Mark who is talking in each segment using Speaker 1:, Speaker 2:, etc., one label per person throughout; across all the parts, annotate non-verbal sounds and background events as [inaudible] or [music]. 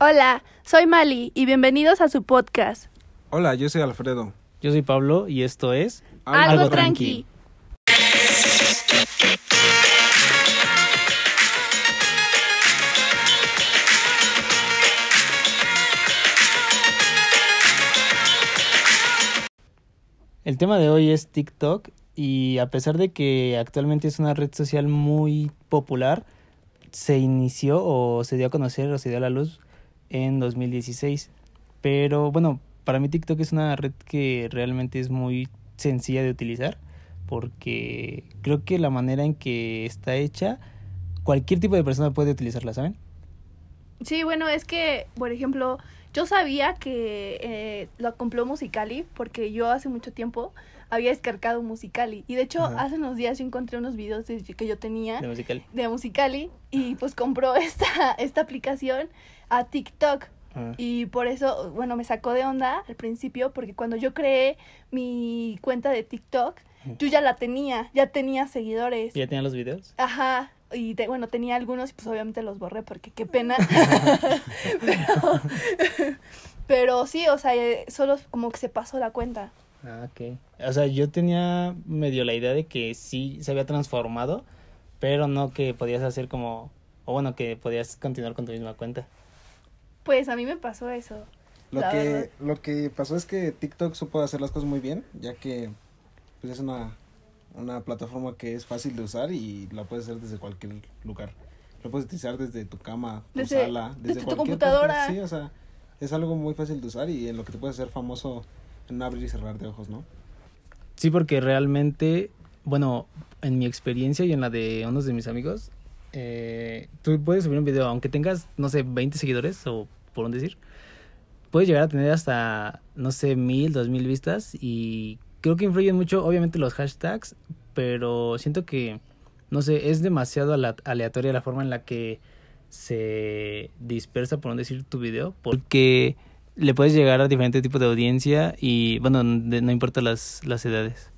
Speaker 1: Hola, soy Mali y bienvenidos a su podcast.
Speaker 2: Hola, yo soy Alfredo.
Speaker 3: Yo soy Pablo y esto es
Speaker 1: Algo,
Speaker 3: Algo
Speaker 1: tranqui.
Speaker 3: tranqui. El tema de hoy es TikTok y a pesar de que actualmente es una red social muy popular, se inició o se dio a conocer o se dio a la luz en 2016. Pero bueno, para mí TikTok es una red que realmente es muy sencilla de utilizar porque creo que la manera en que está hecha, cualquier tipo de persona puede utilizarla, ¿saben?
Speaker 1: Sí, bueno, es que, por ejemplo, yo sabía que eh, lo compró Musicali porque yo hace mucho tiempo había descargado Musicali. Y de hecho,
Speaker 3: Ajá.
Speaker 1: hace unos días yo encontré unos videos de- que yo tenía
Speaker 3: De musical.
Speaker 1: de Musicali y pues compró [laughs] esta, esta aplicación a TikTok.
Speaker 3: Ah.
Speaker 1: Y por eso, bueno, me sacó de onda al principio porque cuando yo creé mi cuenta de TikTok,
Speaker 3: Mm.
Speaker 1: yo ya la tenía, ya tenía seguidores.
Speaker 3: ¿Ya tenían los videos?
Speaker 1: Ajá. Y te- bueno, tenía algunos y pues obviamente los borré porque qué
Speaker 3: [laughs]
Speaker 1: pena. pero, [laughs] pero sí, o sea, eh, solo como que se pasó la cuenta.
Speaker 3: Ah, ok. O sea, yo tenía medio la idea de que sí se había transformado, pero no que podías hacer como, o bueno, que podías continuar con tu misma cuenta.
Speaker 1: Pues a mí me pasó eso.
Speaker 2: Lo
Speaker 1: La verdad.
Speaker 2: que, lo que pasó es que TikTok supo hacer las cosas muy bien, ya que pues, es una, una plataforma que es fácil de usar y la puedes hacer desde cualquier lugar. Lo puedes utilizar desde tu cama, tu
Speaker 1: Desde-
Speaker 2: sala,
Speaker 1: desde
Speaker 2: desde,
Speaker 1: tu
Speaker 2: cualquier
Speaker 1: computadora.
Speaker 2: parte. Sí, o sea, es algo muy fácil de usar y en lo que te puedes hacer famoso en un abrir y cerrar de ojos, ¿no?
Speaker 3: Sí, porque realmente, bueno, en mi experiencia y en la de unos de mis amigos, eh, tú puedes subir un video, aunque tengas, no sé, 20 seguidores o por un decir, puedes llegar a tener hasta, no sé, mil, dos mil vistas y creo que influyen mucho, obviamente, los hashtags, pero siento que, no sé, es demasiado ala- aleatoria la forma en la que se dispersa, por un decir, tu video, porque le puedes llegar a diferente tipo de audiencia y, bueno, de- no importa las, las edades.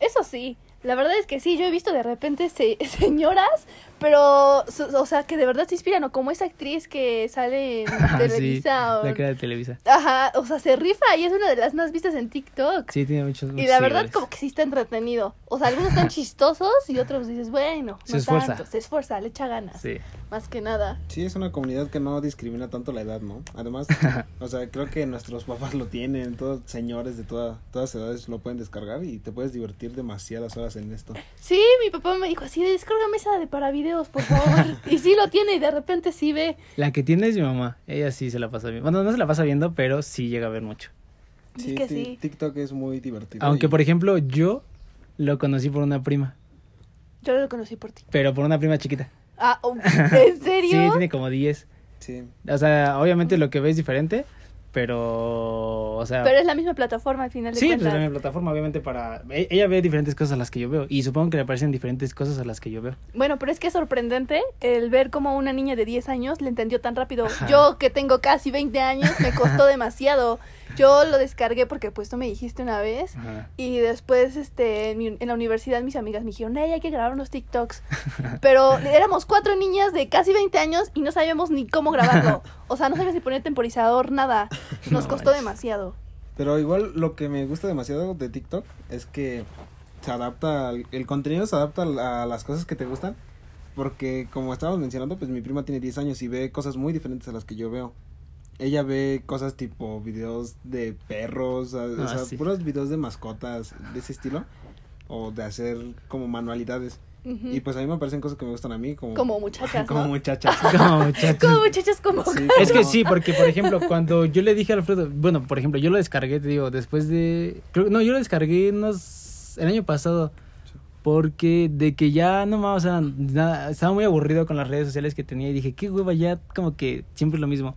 Speaker 1: Eso sí, la verdad es que sí, yo he visto de repente se- [laughs] señoras, pero, so- o sea, que de verdad se inspiran, o como esa actriz que sale en Televisa.
Speaker 3: [laughs] Sí,
Speaker 1: o-
Speaker 3: la cara de Televisa.
Speaker 1: Ajá, o sea, se rifa y es una de las más vistas en TikTok.
Speaker 3: Sí, tiene muchos,
Speaker 1: Y
Speaker 3: muchos
Speaker 1: la verdad
Speaker 3: seguidores.
Speaker 1: como que sí está entretenido. O sea, algunos están chistosos y otros dices, bueno,
Speaker 3: Se
Speaker 1: no
Speaker 3: esfuerza.
Speaker 1: tanto, se esfuerza, le echa ganas,
Speaker 3: Sí.
Speaker 1: más que nada.
Speaker 2: Sí, es una comunidad que no discrimina tanto la edad, ¿no?
Speaker 3: [laughs]
Speaker 2: Además, o sea, creo que nuestros papás lo tienen, todos señores de toda, todas edades lo pueden descargar y te puedes divertir demasiadas horas en esto.
Speaker 1: Sí, mi papá me dijo así, de, descárgame esa de para videos, por
Speaker 3: [laughs]
Speaker 1: favor. y sí lo tiene y de repente sí ve.
Speaker 3: La que tiene es mi mamá. Ella sí se la pasa bien. Bueno, no se la pasa viendo, pero sí llega a ver mucho.
Speaker 1: Es que
Speaker 2: ti-
Speaker 1: sí.
Speaker 2: TikTok es muy divertido.
Speaker 3: Aunque,
Speaker 2: y-
Speaker 3: por ejemplo, yo lo conocí por una prima,
Speaker 1: Yo lo conocí por ti.
Speaker 3: pero por una prima chiquita.
Speaker 1: Ah,
Speaker 3: [laughs]
Speaker 1: oh, ¿en
Speaker 3: Sí,
Speaker 1: serio?
Speaker 3: tiene como 10.
Speaker 2: Sí,
Speaker 3: O sea, obviamente lo que ve es diferente, pero... O sea,
Speaker 1: Pero es la misma plataforma al final de
Speaker 3: sí, pues
Speaker 1: cuentas.
Speaker 3: la misma plataforma, obviamente, para... e- Ella ve diferentes cosas a las que yo veo y supongo que le aparecen diferentes cosas a las que yo veo.
Speaker 1: Bueno, pero es que es sorprendente el ver cómo una niña de 10 años le entendió tan rápido.
Speaker 3: Ajá.
Speaker 1: Yo que tengo casi 20 años me
Speaker 3: [laughs]
Speaker 1: costó demasiado. Yo lo descargué porque pues tú me dijiste una vez
Speaker 3: Ajá.
Speaker 1: Y después, este, en, mi- en la universidad, mis amigas me dijeron, hey, hay que grabar unos TikToks.
Speaker 3: [laughs]
Speaker 1: Pero éramos cuatro niñas de casi 20 años y no sabíamos ni cómo grabarlo. O sea, no sabíamos ni poner temporizador,
Speaker 3: [laughs]
Speaker 1: nada. Nos
Speaker 3: No
Speaker 1: costó
Speaker 3: manches.
Speaker 1: demasiado.
Speaker 2: pero igual lo que me gusta demasiado de TikTok es que se adapta, al- el contenido se adapta al- a las cosas que te gustan, porque como estábamos mencionando, pues mi prima tiene 10 años y ve cosas muy diferentes a las que yo veo. Ella ve cosas tipo videos de perros, o
Speaker 3: Ah,
Speaker 2: sea,
Speaker 3: sí.
Speaker 2: puros videos de mascotas de ese estilo, o de hacer como manualidades.
Speaker 1: Ujú.
Speaker 2: Y pues a mí me parecen cosas que me gustan a mí, como,
Speaker 1: Como
Speaker 3: [laughs]
Speaker 1: muchachas,
Speaker 2: como
Speaker 1: ¿no?
Speaker 2: muchachas.
Speaker 3: [laughs] Como muchachos.
Speaker 1: Como muchachas, [laughs] como...
Speaker 2: Sí,
Speaker 3: [laughs] Es que
Speaker 2: como-
Speaker 3: sí, porque por ejemplo, cuando yo le dije a Alfredo, bueno, por ejemplo, yo lo descargué, te digo, después de. creo- no, yo lo descargué unos, el año pasado. Porque de que ya no más, o sea, nada, estaba muy aburrido con las redes sociales que tenía y dije, qué hueva, ya como que siempre es lo mismo.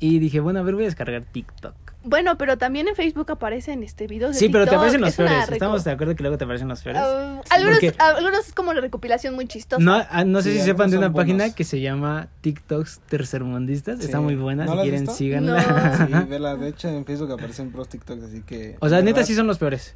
Speaker 3: Y dije, bueno, a ver, voy a descargar TikTok.
Speaker 1: [laughs] Bueno, pero también en Facebook aparecen este, videos de
Speaker 3: Sí, pero te
Speaker 1: TikTok.
Speaker 3: aparecen los
Speaker 1: Es una
Speaker 3: peores.
Speaker 1: reco-
Speaker 3: Estamos de acuerdo que luego te aparecen los peores.
Speaker 1: Ah, algunos,
Speaker 3: Porque-
Speaker 1: algunos es como la recopilación muy chistosa.
Speaker 3: No, ah, no sé
Speaker 2: Sí,
Speaker 3: si sepan
Speaker 2: algunos
Speaker 3: de una
Speaker 2: son
Speaker 3: página
Speaker 2: buenos.
Speaker 3: que se llama TikToks Tercermundistas.
Speaker 2: Sí.
Speaker 3: Está muy buena.
Speaker 2: ¿No
Speaker 3: si
Speaker 2: la has
Speaker 3: quieren,
Speaker 2: visto?
Speaker 3: síganla.
Speaker 1: No.
Speaker 2: Sí, vela, de hecho en Facebook aparecen pros TikToks, así que...
Speaker 3: O sea,
Speaker 2: de
Speaker 3: neta,
Speaker 2: verdad,
Speaker 3: sí son los peores.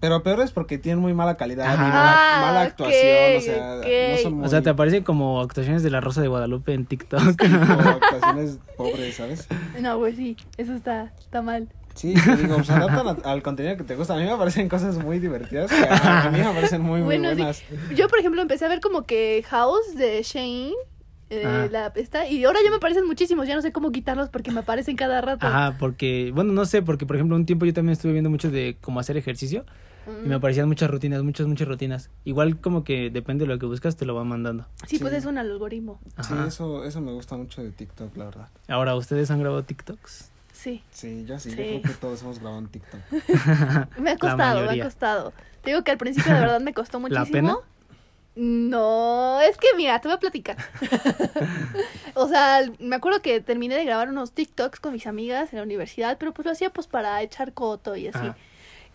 Speaker 2: Pero peor es porque tienen muy mala calidad, y
Speaker 3: Ajá.
Speaker 2: mala, mala
Speaker 1: Ah,
Speaker 2: actuación,
Speaker 1: ok,
Speaker 2: o sea,
Speaker 1: ok.
Speaker 2: no son muy
Speaker 3: O sea, te aparecen como actuaciones de la Rosa de Guadalupe en [laughs] TikTok.
Speaker 2: o actuaciones pobres, ¿sabes?
Speaker 1: No, güey, sí, eso está, está mal.
Speaker 2: Sí, te digo, se adaptan a- al contenido que te gusta. A mí me parecen cosas muy divertidas, que a a mí me parecen muy, muy
Speaker 1: Bueno, sí.
Speaker 2: buenas.
Speaker 1: Yo, por ejemplo, empecé a ver como que House de Shane. eh,
Speaker 3: Ah.
Speaker 1: la, esta, y ahora ya me aparecen muchísimos, ya no sé cómo quitarlos porque me aparecen cada rato.
Speaker 3: Ajá, porque, bueno, no sé, porque por ejemplo un tiempo yo también estuve viendo mucho de cómo hacer ejercicio
Speaker 1: Mm.
Speaker 3: y me aparecían muchas rutinas, muchas, muchas rutinas. Igual como que depende de lo que buscas, te lo van mandando.
Speaker 1: Sí, pues
Speaker 2: Sí.
Speaker 1: es un algoritmo.
Speaker 2: Sí,
Speaker 3: Ajá.
Speaker 2: eso, eso me gusta mucho de TikTok, la verdad.
Speaker 3: Ahora, ¿ustedes han grabado TikToks?
Speaker 1: Sí.
Speaker 2: Sí, yo sí,
Speaker 1: Sí.
Speaker 2: yo creo que todos hemos grabado
Speaker 1: [laughs]
Speaker 2: en TikTok.
Speaker 1: Me ha
Speaker 3: La
Speaker 1: costado, me
Speaker 3: mayoría.
Speaker 1: ha costado. Te digo que al principio de verdad me costó
Speaker 3: [laughs] ¿La
Speaker 1: muchísimo.
Speaker 3: pena?
Speaker 1: No, es que mira, te voy a
Speaker 3: [laughs]
Speaker 1: platicar. o sea, me acuerdo que terminé de grabar unos TikToks con mis amigas en la universidad, pero pues lo hacía pues para echar coto y así.
Speaker 3: Ajá.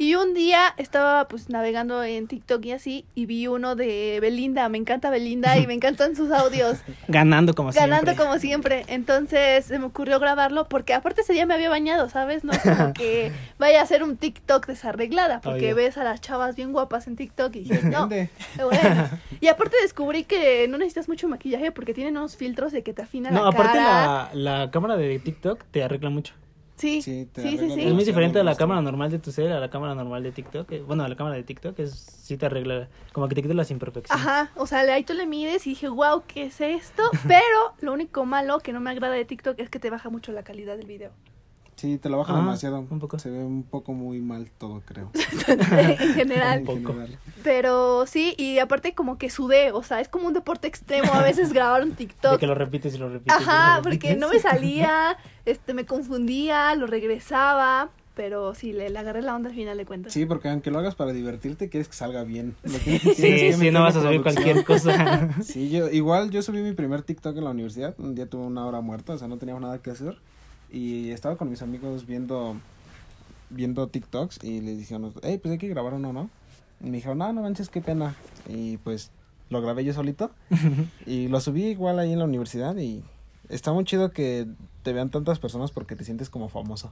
Speaker 1: Y un día estaba pues navegando en TikTok y así y vi uno de Belinda, me encanta Belinda y me encantan sus audios.
Speaker 3: Ganando como
Speaker 1: Ganando
Speaker 3: siempre.
Speaker 1: como siempre. Entonces se me ocurrió grabarlo porque aparte ese día me había bañado, ¿sabes? No es
Speaker 3: [laughs]
Speaker 1: como que vaya a ser un TikTok desarreglada porque
Speaker 3: Obvio.
Speaker 1: ves a las chavas bien guapas en TikTok y dices, no,
Speaker 2: Depende.
Speaker 1: bueno.
Speaker 3: [laughs]
Speaker 1: Y aparte descubrí que no necesitas mucho maquillaje porque tienen unos filtros de que te afina
Speaker 3: No,
Speaker 1: la
Speaker 3: aparte
Speaker 1: cara.
Speaker 3: la, la cámara de TikTok te arregla mucho.
Speaker 1: Sí,
Speaker 2: Sí,
Speaker 1: sí,
Speaker 2: te
Speaker 1: sí, sí.
Speaker 2: arregla
Speaker 3: Es muy
Speaker 2: Sí,
Speaker 3: diferente a la
Speaker 2: justo.
Speaker 3: cámara normal de tu cel, a la cámara normal de TikTok. Eh, Bueno, a la cámara de TikTok es, sí te arregla, como que te quita las imperfecciones.
Speaker 1: Ajá, o sea, ahí tú le mides y dije, wow, ¿qué es
Speaker 3: [laughs]
Speaker 1: esto? Pero lo único malo que no me agrada de TikTok es que te baja mucho la calidad del video. [laughs]
Speaker 2: Sí, te lo bajan
Speaker 3: Ah,
Speaker 2: demasiado.
Speaker 3: un poco.
Speaker 2: Se ve un poco muy mal todo, creo.
Speaker 1: en general.
Speaker 2: En
Speaker 3: poco.
Speaker 2: general.
Speaker 1: Pero sí, y aparte como que sudé, o sea, es como un deporte extremo a
Speaker 3: [laughs]
Speaker 1: veces grabar un
Speaker 3: De
Speaker 1: TikTok.
Speaker 3: que lo repites y lo repites. y lo
Speaker 1: Ajá, porque
Speaker 3: repites.
Speaker 1: no me
Speaker 3: [laughs]
Speaker 1: salía, este, me confundía, lo regresaba, pero sí, le, le agarré la onda al final de cuentas.
Speaker 2: Sí, porque aunque lo hagas para divertirte, quieres que salga bien. Le tienes- tienes que
Speaker 3: Sí, sí,
Speaker 2: meterle
Speaker 3: no vas a subir
Speaker 2: producción.
Speaker 3: cualquier [laughs] cosa.
Speaker 2: Sí, yo, igual yo subí mi primer TikTok en la universidad. Un día tuve una hora muerta, o sea, no teníamos nada que hacer. Y estaba con mis amigos viendo, viendo TikToks y les dijeron, hey, pues hay que grabar uno, ¿no? Y me dijeron, no, no manches, qué pena. Y pues lo grabé
Speaker 1: [laughs]
Speaker 2: yo solito y lo subí igual ahí en la universidad y está muy chido que te vean tantas personas porque te sientes como famoso.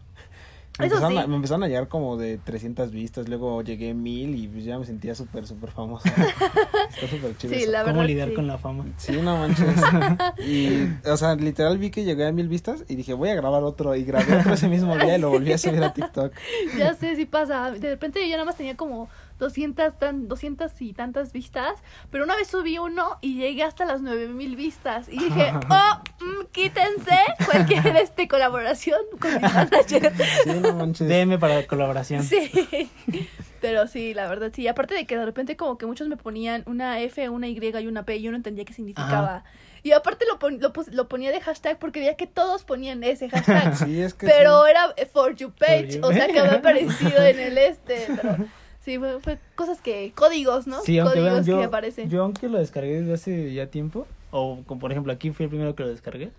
Speaker 2: Me
Speaker 1: Eso
Speaker 2: empezaron,
Speaker 1: sí.
Speaker 2: a, me empezaron a llegar como de 300 vistas, luego llegué a 1000 y pues ya me sentía súper,
Speaker 1: [laughs]
Speaker 2: súper famoso. está súper chido.
Speaker 1: Sí,
Speaker 2: eso.
Speaker 1: la
Speaker 3: ¿Cómo
Speaker 1: verdad,
Speaker 3: lidiar
Speaker 1: sí.
Speaker 3: con la fama?
Speaker 2: Sí, no manches. [laughs] Y, o sea, literal vi que llegué a mil vistas y dije, voy a grabar otro. Y grabé otro ese mismo día y lo volví a subir a TikTok.
Speaker 1: [laughs] Ya sé, sí pasa. De repente yo nada más tenía como 200, tan, 200 y tantas vistas, pero una vez subí uno y llegué hasta las 9000 vistas y
Speaker 3: [laughs]
Speaker 1: dije, oh, mm, quítense cualquier este, colaboración con mis
Speaker 3: [laughs]
Speaker 1: managers.
Speaker 2: Sí, no manches.
Speaker 3: DM para colaboración.
Speaker 1: Sí. [laughs] Pero sí, la verdad, sí. Aparte de que de repente como que muchos me ponían una F, una Y y una P y yo no entendía qué significaba. Y aparte lo, pon- lo, pus- lo ponía de hashtag porque veía que todos ponían ese hashtag.
Speaker 2: [laughs] Sí, es que
Speaker 1: pero era eh, for you page,
Speaker 3: you
Speaker 1: o sea que
Speaker 3: page.
Speaker 1: había aparecido en el este. Pero sí, fue, fue cosas que, códigos, ¿no?
Speaker 3: Sí, aunque
Speaker 1: códigos
Speaker 3: vean, yo,
Speaker 1: que aparecen.
Speaker 3: yo aunque lo descargué desde hace ya tiempo, o como por ejemplo aquí fui el primero que lo descargué,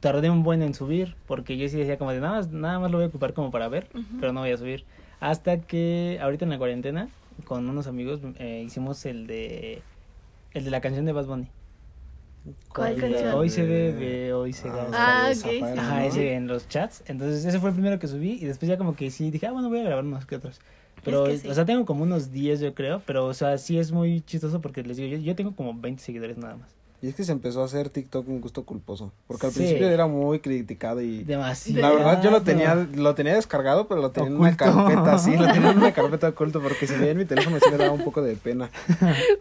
Speaker 3: tardé un buen en subir, porque yo sí decía como de nada más, nada más lo voy a ocupar como para ver, pero no voy a subir. Hasta que ahorita en la cuarentena, con unos amigos, eh, hicimos el de el de la canción de Bad Bunny.
Speaker 1: ¿Cuál
Speaker 3: Con-
Speaker 1: canción?
Speaker 3: Hoy se bebe, hoy se gana.
Speaker 1: Ah,
Speaker 2: de
Speaker 1: ok,
Speaker 2: Zafaera,
Speaker 3: Ajá,
Speaker 2: ¿no?
Speaker 3: ese en los chats. Entonces, ese fue el primero que subí. Y después, ya como que sí, dije, ah, bueno, voy a grabar unos que otros. Pero,
Speaker 1: Es que sí.
Speaker 3: o sea, tengo como unos 10, yo creo. Pero, o sea, sí es muy chistoso porque les digo, yo, yo tengo como 20 seguidores nada más.
Speaker 2: Y es que se empezó a hacer TikTok un gusto culposo. Porque al
Speaker 3: Sí.
Speaker 2: principio era muy criticado y...
Speaker 3: Demasiado.
Speaker 2: La verdad yo lo tenía, lo tenía descargado, pero lo tenía
Speaker 3: Oculto.
Speaker 2: en una carpeta, sí, lo tenía en
Speaker 3: [laughs]
Speaker 2: una carpeta oculto porque si veía en mi teléfono sí me daba un poco de pena.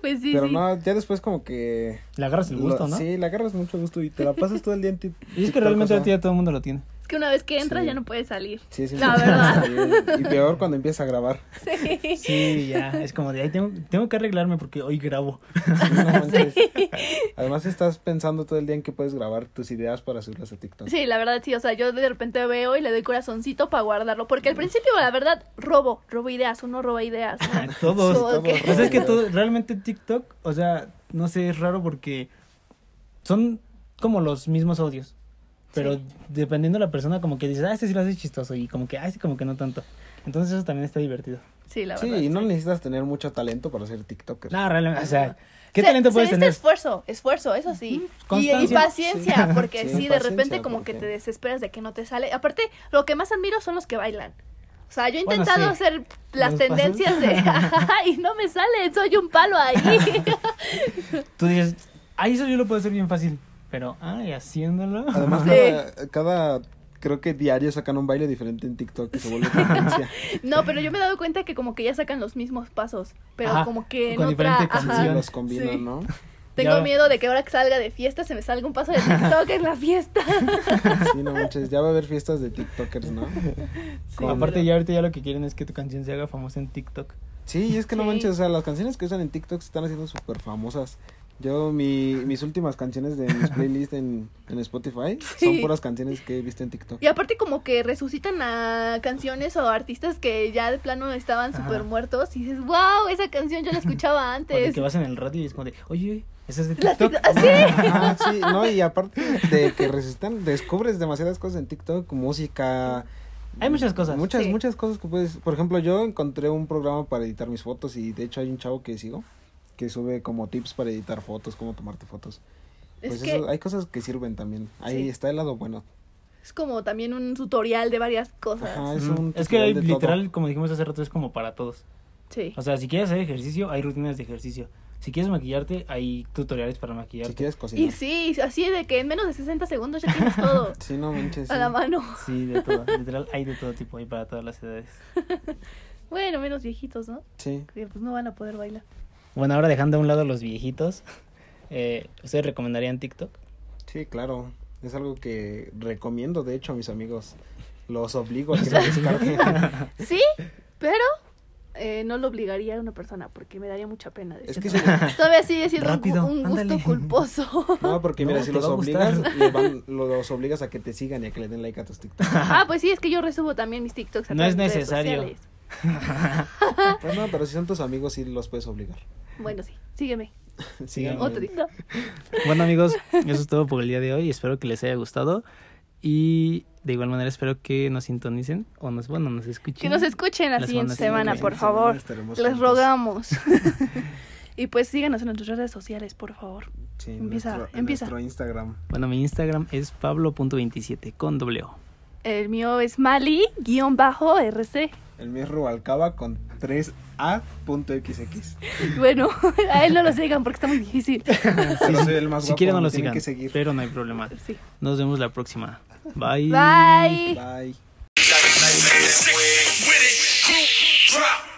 Speaker 1: Pues sí,
Speaker 2: Pero
Speaker 1: sí.
Speaker 2: no, ya después como que...
Speaker 3: Le agarras el
Speaker 2: lo-
Speaker 3: gusto, ¿no?
Speaker 2: Sí, le agarras mucho gusto y te la pasas todo el día en ti- TikTok.
Speaker 3: Y es que realmente
Speaker 2: o sea.
Speaker 3: ahorita ya todo el mundo lo tiene.
Speaker 1: Es que una vez que entras
Speaker 2: Sí.
Speaker 1: ya no puedes salir. [laughs]
Speaker 2: Sí, sí.
Speaker 1: La verdad.
Speaker 2: Y, y peor cuando empieza
Speaker 1: [laughs]
Speaker 2: a grabar.
Speaker 1: Sí.
Speaker 3: Sí, ya. Es como de, ay, tengo, tengo que arreglarme porque hoy grabo.
Speaker 2: Sí, no manches. Además estás pensando todo el día en que puedes grabar tus ideas para subirlas a TikTok.
Speaker 1: Sí, la verdad sí, o sea, yo de repente veo y le doy corazoncito para guardarlo, porque al principio la verdad robo, robo ideas, uno roba ideas. ¿no?
Speaker 2: [laughs]
Speaker 3: Todos.
Speaker 1: Todo, ok.
Speaker 3: O sea, Pues es que todo, realmente TikTok, o sea, no sé, es raro porque son como los mismos audios. Pero
Speaker 1: Sí.
Speaker 3: dependiendo de la persona, como que dices, ah, este sí lo hace chistoso. Y como que, ah, este como que no tanto. Entonces eso también está divertido.
Speaker 1: Sí, la
Speaker 2: Sí,
Speaker 1: verdad.
Speaker 2: y no necesitas tener mucho talento para ser TikToker.
Speaker 3: No, realmente, o sea, ¿qué
Speaker 1: Se-
Speaker 3: talento
Speaker 1: se
Speaker 3: puedes
Speaker 1: necesita
Speaker 3: tener?
Speaker 1: esfuerzo, esfuerzo, eso sí. Y,
Speaker 3: constancia.
Speaker 1: y paciencia,
Speaker 3: [laughs]
Speaker 2: Sí.
Speaker 1: porque
Speaker 2: Sí,
Speaker 1: sí, de
Speaker 2: paciencia,
Speaker 1: repente como que
Speaker 2: porque-
Speaker 1: te desesperas de que no te sale. Aparte, lo que más admiro son los que bailan. O O sea, yo he
Speaker 3: Bueno,
Speaker 1: intentado
Speaker 3: sí.
Speaker 1: hacer las
Speaker 2: Los
Speaker 1: tendencias [laughs]
Speaker 3: [laughs]
Speaker 1: de y no me sale, soy un palo ahí. [laughs]
Speaker 3: Tú dices, ah, eso yo lo puedo hacer bien fácil. Pero, ay, haciéndolo.
Speaker 2: Además,
Speaker 1: Sí.
Speaker 2: cada, cada- creo que diario sacan un baile diferente en TikTok que se vuelve tendencia.
Speaker 1: no, pero yo me he dado cuenta que como que ya sacan los mismos pasos, pero
Speaker 3: Ajá,
Speaker 1: como que en
Speaker 3: con
Speaker 1: otra,
Speaker 3: diferente
Speaker 1: ajá,
Speaker 2: Sí, los combinan,
Speaker 1: Ah, sí.
Speaker 2: ¿no?
Speaker 1: Tengo
Speaker 3: Ya.
Speaker 1: miedo de que ahora que salga de fiesta se me salga un paso de TikTok en la
Speaker 3: [laughs]
Speaker 1: fiesta.
Speaker 2: Sí, no manches, ya va a haber fiestas de TikTokers, ¿no?
Speaker 1: Sí,
Speaker 3: Aparte,
Speaker 1: pero-
Speaker 3: ya ahorita ya lo que quieren es que tu canción se haga famosa en TikTok.
Speaker 2: Sí, y es que no
Speaker 1: Sí.
Speaker 2: manches, o sea, las canciones que usan en TikTok se están haciendo súper famosas. Yo, mi, mis últimas canciones de
Speaker 1: [laughs]
Speaker 2: mis playlists en, en Spotify
Speaker 1: Sí.
Speaker 2: son puras canciones que he visto en TikTok.
Speaker 1: Y aparte como que resucitan a canciones o artistas que ya de plano estaban
Speaker 3: Ajá.
Speaker 1: súper muertos y dices, wow, esa canción yo la escuchaba
Speaker 3: O de
Speaker 1: antes.
Speaker 3: que vas en el radio y es como de, oye, esa es de
Speaker 1: La
Speaker 3: TikTok.
Speaker 1: TikTok- [laughs] sí.
Speaker 2: [laughs] Ajá, sí, no, y aparte de que resistan, descubres demasiadas cosas en TikTok, música.
Speaker 3: Hay muchas cosas.
Speaker 2: Muchas,
Speaker 1: Sí.
Speaker 2: muchas cosas que puedes. Por ejemplo, yo encontré un programa para editar mis fotos y de hecho hay un chavo que sigo que sube como tips para editar fotos, cómo tomarte fotos. Pues
Speaker 1: es que
Speaker 2: eso, hay cosas que sirven también. Ahí
Speaker 1: Sí.
Speaker 2: está el lado bueno.
Speaker 1: es como también un tutorial de varias cosas.
Speaker 2: Ajá, es
Speaker 3: Mm.
Speaker 2: un.
Speaker 3: Es que hay,
Speaker 2: tutorial de todo.
Speaker 3: literal, como dijimos hace rato, es como para todos.
Speaker 1: Sí.
Speaker 3: O sea, si quieres hacer ejercicio, hay rutinas de ejercicio. Si quieres maquillarte, hay tutoriales para
Speaker 2: Si
Speaker 3: maquillarte.
Speaker 2: quieres
Speaker 1: Y
Speaker 2: cocinar.
Speaker 1: sí, así de que en menos de 60 segundos ya tienes todo
Speaker 2: [laughs] Sí, no manches.
Speaker 1: a
Speaker 2: sí.
Speaker 1: la mano.
Speaker 3: Sí, de todo. [laughs] Literal, hay de todo tipo, hay para todas las edades.
Speaker 1: Bueno, menos viejitos, ¿no?
Speaker 2: Sí.
Speaker 1: Que pues no van a poder bailar.
Speaker 3: Bueno, ahora dejando a un lado los viejitos, eh, ¿ustedes recomendarían TikTok?
Speaker 2: Sí, claro. Es algo que recomiendo, de hecho, a mis amigos. Los obligo a
Speaker 3: [laughs]
Speaker 2: que lo descarguen.
Speaker 1: Sí, pero eh, no lo obligaría a una persona porque me daría mucha pena.
Speaker 2: Es
Speaker 1: decirlo.
Speaker 2: que sí.
Speaker 1: [laughs] Todavía sigue siendo un gu-
Speaker 3: Rápido,
Speaker 1: un, gusto
Speaker 3: ándale.
Speaker 1: culposo.
Speaker 2: No, pues. porque mira,
Speaker 3: No,
Speaker 2: si
Speaker 3: te
Speaker 2: los
Speaker 3: va a gustar.
Speaker 2: obligas, le van- lo- los obligas a que te sigan y a que le den like a tus TikToks.
Speaker 1: [laughs] ah, pues sí, es que yo resubo también mis TikToks. a
Speaker 3: No es
Speaker 1: través de redes
Speaker 3: necesario.
Speaker 1: sociales.
Speaker 2: Pues no, pero si son tus amigos, sí los puedes obligar.
Speaker 1: Bueno, sí, sígueme.
Speaker 3: Síganme.
Speaker 2: Síganme.
Speaker 1: Otro TikTok.
Speaker 3: Bueno amigos, eso es todo por el día de hoy. Espero que les haya gustado. Y de igual manera espero que nos sintonicen o nos, bueno, nos escuchen.
Speaker 1: Que nos escuchen la
Speaker 3: La
Speaker 1: siguiente
Speaker 3: semana
Speaker 1: semana,
Speaker 3: siguiente.
Speaker 1: por
Speaker 2: Sí,
Speaker 1: favor.
Speaker 2: estaremos
Speaker 1: Les
Speaker 2: juntos. [laughs]
Speaker 1: rogamos. y pues síganos en nuestras redes sociales, por favor.
Speaker 2: Sí, en
Speaker 1: Empieza,
Speaker 2: nuestro, en
Speaker 1: empieza.
Speaker 2: nuestro Instagram.
Speaker 3: Bueno, mi Instagram es pablo.27 con doble O.
Speaker 1: El mío es mali-rc.
Speaker 2: El mío es Rubalcaba con
Speaker 3: [laughs]
Speaker 2: 3A.xx.
Speaker 1: Bueno, [laughs] a él no lo sigan porque está muy
Speaker 2: [laughs]
Speaker 1: difícil.
Speaker 2: Pero soy el más
Speaker 3: si
Speaker 2: guapo,
Speaker 3: quieren no
Speaker 2: me tienen
Speaker 3: lo sigan,
Speaker 2: que seguir.
Speaker 3: pero no hay problema.
Speaker 1: Sí.
Speaker 3: Nos vemos la próxima.
Speaker 1: Bye.
Speaker 2: Bye.
Speaker 4: Sick with it, crew drop.